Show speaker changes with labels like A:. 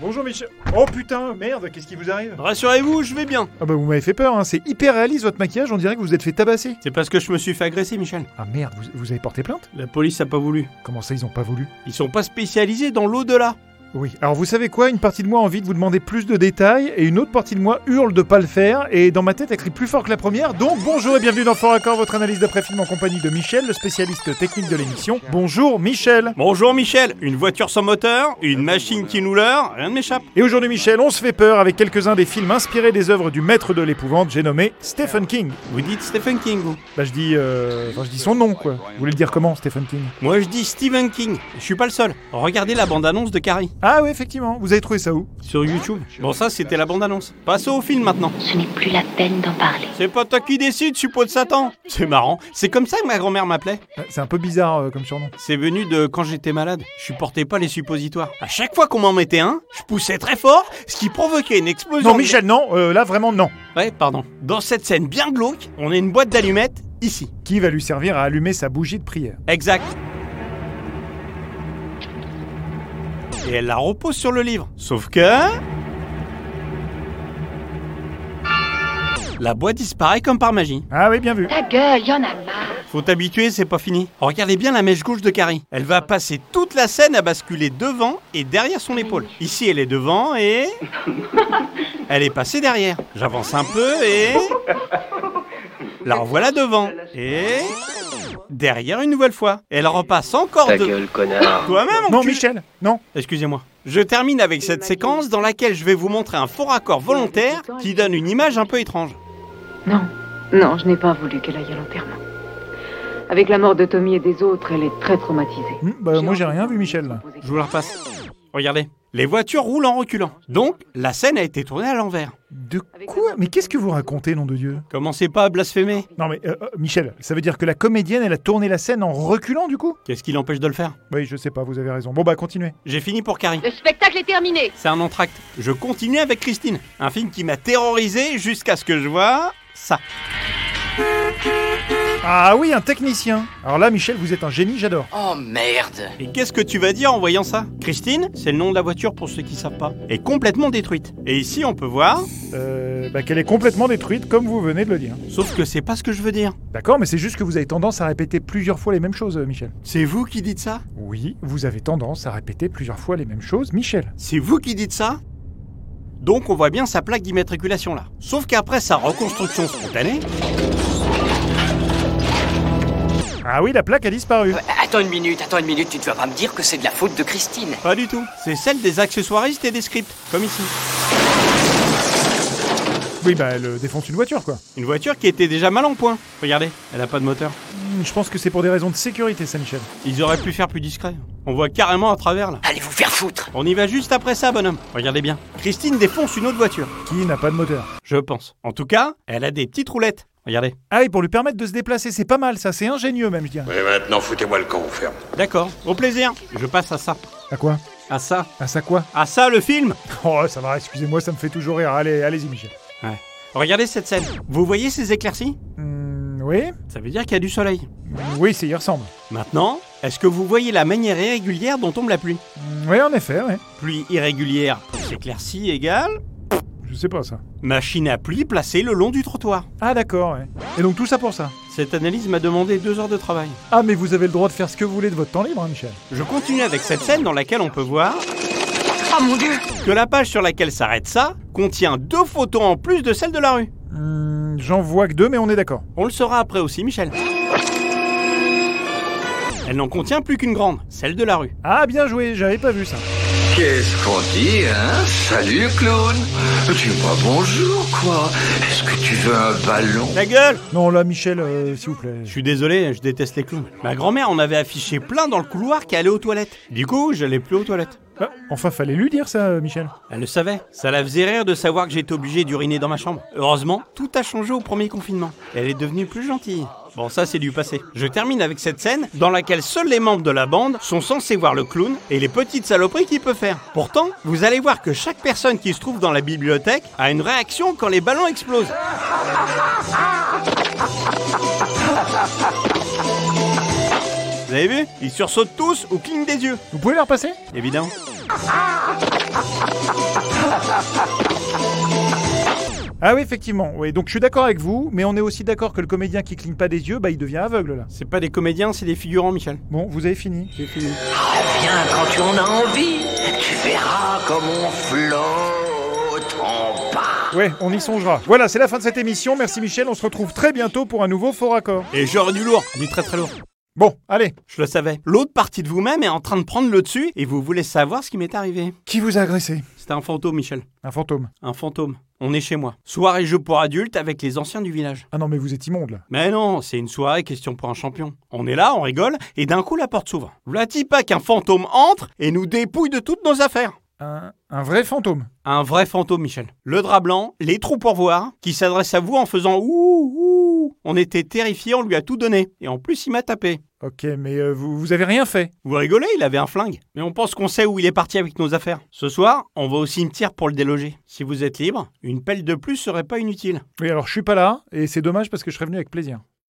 A: Bonjour Michel. Oh putain, merde, qu'est-ce qui vous arrive
B: Rassurez-vous, je vais bien.
A: Ah bah vous m'avez fait peur, hein. c'est hyper réaliste votre maquillage, on dirait que vous vous êtes fait tabasser.
B: C'est parce que je me suis fait agresser, Michel.
A: Ah merde, vous, vous avez porté plainte
B: La police a pas voulu.
A: Comment ça ils ont pas voulu
B: Ils sont pas spécialisés dans l'au-delà.
A: Oui, alors vous savez quoi, une partie de moi a envie de vous demander plus de détails et une autre partie de moi hurle de pas le faire et dans ma tête elle crie plus fort que la première. Donc bonjour et bienvenue dans Fort Accord, votre analyse d'après-film en compagnie de Michel, le spécialiste technique de l'émission. Bonjour Michel
B: Bonjour, Michel. Une voiture sans moteur, une machine qui nous leurre, rien ne m'échappe.
A: Et aujourd'hui Michel, on se fait peur avec quelques-uns des films inspirés des œuvres du maître de l'épouvante, j'ai nommé Stephen King.
B: Vous dites Stephen King, vous
A: Bah je dis euh, enfin, je dis son nom quoi. Vous voulez le dire comment Stephen King
B: Moi, je dis Stephen King. Je suis pas le seul. Regardez la bande-annonce de Carrie.
A: Ah oui, effectivement. Vous avez trouvé ça où
B: Sur YouTube. Bon, ça, c'était la bande-annonce. Passons au film maintenant.
C: Ce n'est plus la peine d'en parler.
B: C'est pas toi qui décide, suppôt de Satan. C'est marrant. C'est comme ça que ma grand-mère m'appelait.
A: Euh, C'est un peu bizarre euh, comme surnom.
B: C'est venu de quand j'étais malade. Je supportais pas les suppositoires. À chaque fois qu'on m'en mettait un, je poussais très fort, ce qui provoquait une explosion.
A: Non
B: de-
A: Michel, non, euh, là vraiment non.
B: Ouais, pardon. Dans cette scène bien glauque, on a une boîte d'allumettes ici.
A: Qui va lui servir à allumer sa bougie de prière
B: Exact. Et elle la repose sur le livre. Sauf que. La boîte disparaît comme par magie.
A: Ah oui, bien vu.
C: Ta gueule, y en a marre.
B: Faut t'habituer, c'est pas fini. Regardez bien la mèche gauche de Carrie. Elle va passer toute la scène à basculer devant et derrière son épaule. Ici, elle est devant et. Elle est passée derrière. J'avance un peu et. La revoilà devant. Et. Derrière une nouvelle fois. Elle repasse encore
D: Ta
B: de.
D: gueule, connard.
B: Toi-même,
A: Non
B: enculé.
A: Michel, non.
B: Excusez-moi. Je termine avec cette séquence dans laquelle je vais vous montrer un faux raccord volontaire qui donne une image un peu étrange.
E: Non, non, je n'ai pas voulu qu'elle aille à l'enterrement. Avec la mort de Tommy et des autres, elle est très traumatisée.
A: Hmm, bah moi j'ai rien vu Michel. là.
B: Je vous la repasse. Regardez. Les voitures roulent en reculant. Donc, la scène a été tournée à l'envers.
A: De quoi Mais qu'est-ce que vous racontez, nom de Dieu
B: Commencez pas à blasphémer.
A: Non mais euh, euh, Michel, ça veut dire que la comédienne elle a tourné la scène en reculant du coup
B: Qu'est-ce qui l'empêche de le faire
A: Oui, je sais pas, vous avez raison. Bon bah continuez.
B: J'ai fini pour Carrie.
C: Le spectacle est terminé.
B: C'est un entracte. Je continue avec Christine. Un film qui m'a terrorisé jusqu'à ce que je vois ça.
A: Ah oui, un technicien. Alors là Michel, vous êtes un génie, j'adore.
D: Oh merde.
B: Et qu'est-ce que tu vas dire en voyant ça Christine, c'est le nom de la voiture pour ceux qui savent pas, est complètement détruite. Et ici, on peut voir,
A: Euh, bah qu'elle est complètement détruite comme vous venez de le dire.
B: sauf que c'est pas ce que je veux dire.
A: D'accord, mais c'est juste que vous avez tendance à répéter plusieurs fois les mêmes choses, euh, Michel.
B: C'est vous qui dites ça
A: Oui, vous avez tendance à répéter plusieurs fois les mêmes choses, Michel.
B: C'est vous qui dites ça Donc on voit bien sa plaque d'immatriculation là. Sauf qu'après sa reconstruction spontanée,
A: Ah oui, la plaque a disparu.
D: Euh, Attends une minute, attends une minute, tu ne vas pas me dire que c'est de la faute de Christine.
B: pas du tout. C'est celle des accessoiristes et des scripts, comme ici.
A: Oui, bah elle défonce une voiture, quoi.
B: Une voiture qui était déjà mal en point. Regardez, elle a pas de moteur.
A: Hmm, Je pense que c'est pour des raisons de sécurité, ça, Michel.
B: Ils auraient pu faire plus discret. On voit carrément à travers là.
D: Allez vous faire foutre.
B: On y va juste après ça, bonhomme. Regardez bien. Christine défonce une autre voiture.
A: Qui n'a pas de moteur.
B: Je pense. En tout cas, elle a des petites roulettes. Regardez.
A: Ah, et pour lui permettre de se déplacer, c'est pas mal, ça. C'est ingénieux, même, je dirais.
F: Et maintenant, foutez-moi le camp, on ferme.
B: D'accord. Au plaisir. Je passe à ça.
A: À quoi
B: À ça.
A: À ça quoi
B: À ça le film
A: Oh, ça va, excusez-moi, ça me fait toujours rire. Allez, allez-y, Michel.
B: Ouais. Regardez cette scène. Vous voyez ces éclaircies
A: Hmm, oui
B: Ça veut dire qu'il y a du soleil.
A: Oui, c'est y ressemble.
B: Maintenant, est-ce que vous voyez la manière irrégulière dont tombe la pluie
A: Hmm, Oui, en effet, ouais.
B: Pluie irrégulière plus éclaircie égale
A: Je sais pas, ça.
B: machine à pluie placée le long du trottoir.
A: Ah, d'accord, ouais. Et donc, tout ça pour ça
B: Cette analyse m'a demandé deux heures de travail.
A: Ah, mais vous avez le droit de faire ce que vous voulez de votre temps libre, hein, Michel.
B: Je continue avec cette scène dans laquelle on peut voir. Que la page sur laquelle s'arrête ça contient deux photos en plus de celle de la rue.
A: Hmm, J'en vois que deux, mais on est d'accord.
B: On le saura après aussi, Michel. Elle n'en contient plus qu'une grande, celle de la rue.
A: Ah, bien joué, j'avais pas vu ça.
F: Qu'est-ce qu'on dit, hein Salut, clone. Dis-moi bonjour, quoi. Est-ce que tu veux un ballon
B: Ta gueule
A: Non, là, Michel, euh, s'il vous plaît.
B: Je suis désolé, je déteste les clowns. Ma grand-mère en avait affiché plein dans le couloir qui allait aux toilettes. Du coup, j'allais plus aux toilettes.
A: Ah, enfin, fallait lui dire ça, euh, Michel.
B: Elle le savait. Ça la faisait rire de savoir que j'étais obligé d'uriner dans ma chambre. Heureusement, tout a changé au premier confinement. Elle est devenue plus gentille. Bon, ça c'est du passé. Je termine avec cette scène dans laquelle seuls les membres de la bande sont censés voir le clown et les petites saloperies qu'il peut faire. Pourtant, vous allez voir que chaque personne qui se trouve dans la bibliothèque a une réaction quand les ballons explosent. Vous avez vu Ils sursautent tous ou clignent des yeux.
A: Vous pouvez la repasser
B: Évidemment.
A: Ah oui, effectivement. Oui. Donc je suis d'accord avec vous, mais on est aussi d'accord que le comédien qui cligne pas des yeux, bah il devient aveugle là.
B: C'est pas des comédiens, c'est des figurants, Michel.
A: Bon, vous avez fini.
B: J'ai fini.
F: Reviens quand tu en as envie. Tu verras comme on flotte en bas.
A: Ouais, on y songera. Voilà, c'est la fin de cette émission. Merci Michel, on se retrouve très bientôt pour un nouveau faux raccord.
B: Et genre du lourd, du très très lourd.
A: Bon, allez.
B: Je le savais. L'autre partie de vous-même est en train de prendre le dessus et vous voulez savoir ce qui m'est arrivé.
A: Qui vous a agressé
B: C'était un fantôme, Michel.
A: Un fantôme.
B: Un fantôme. On est chez moi. Soirée jeu pour adultes avec les anciens du village.
A: Ah non, mais vous êtes immonde là.
B: Mais non, c'est une soirée question pour un champion. On est là, on rigole, et d'un coup la porte s'ouvre. Vlati pas qu'un fantôme entre et nous dépouille de toutes nos affaires.
A: Un, un vrai fantôme.
B: Un vrai fantôme, Michel. Le drap blanc, les trous pour voir, qui s'adresse à vous en faisant ouh ouh. On était terrifiés, on lui a tout donné. Et en plus, il m'a tapé.
A: Ok, mais euh, vous, vous avez rien fait.
B: Vous rigolez, il avait un flingue. Mais on pense qu'on sait où il est parti avec nos affaires. Ce soir, on va au cimetière pour le déloger. Si vous êtes libre, une pelle de plus serait pas inutile.
A: Oui, alors je suis pas là, et c'est dommage parce que je serais venu avec plaisir.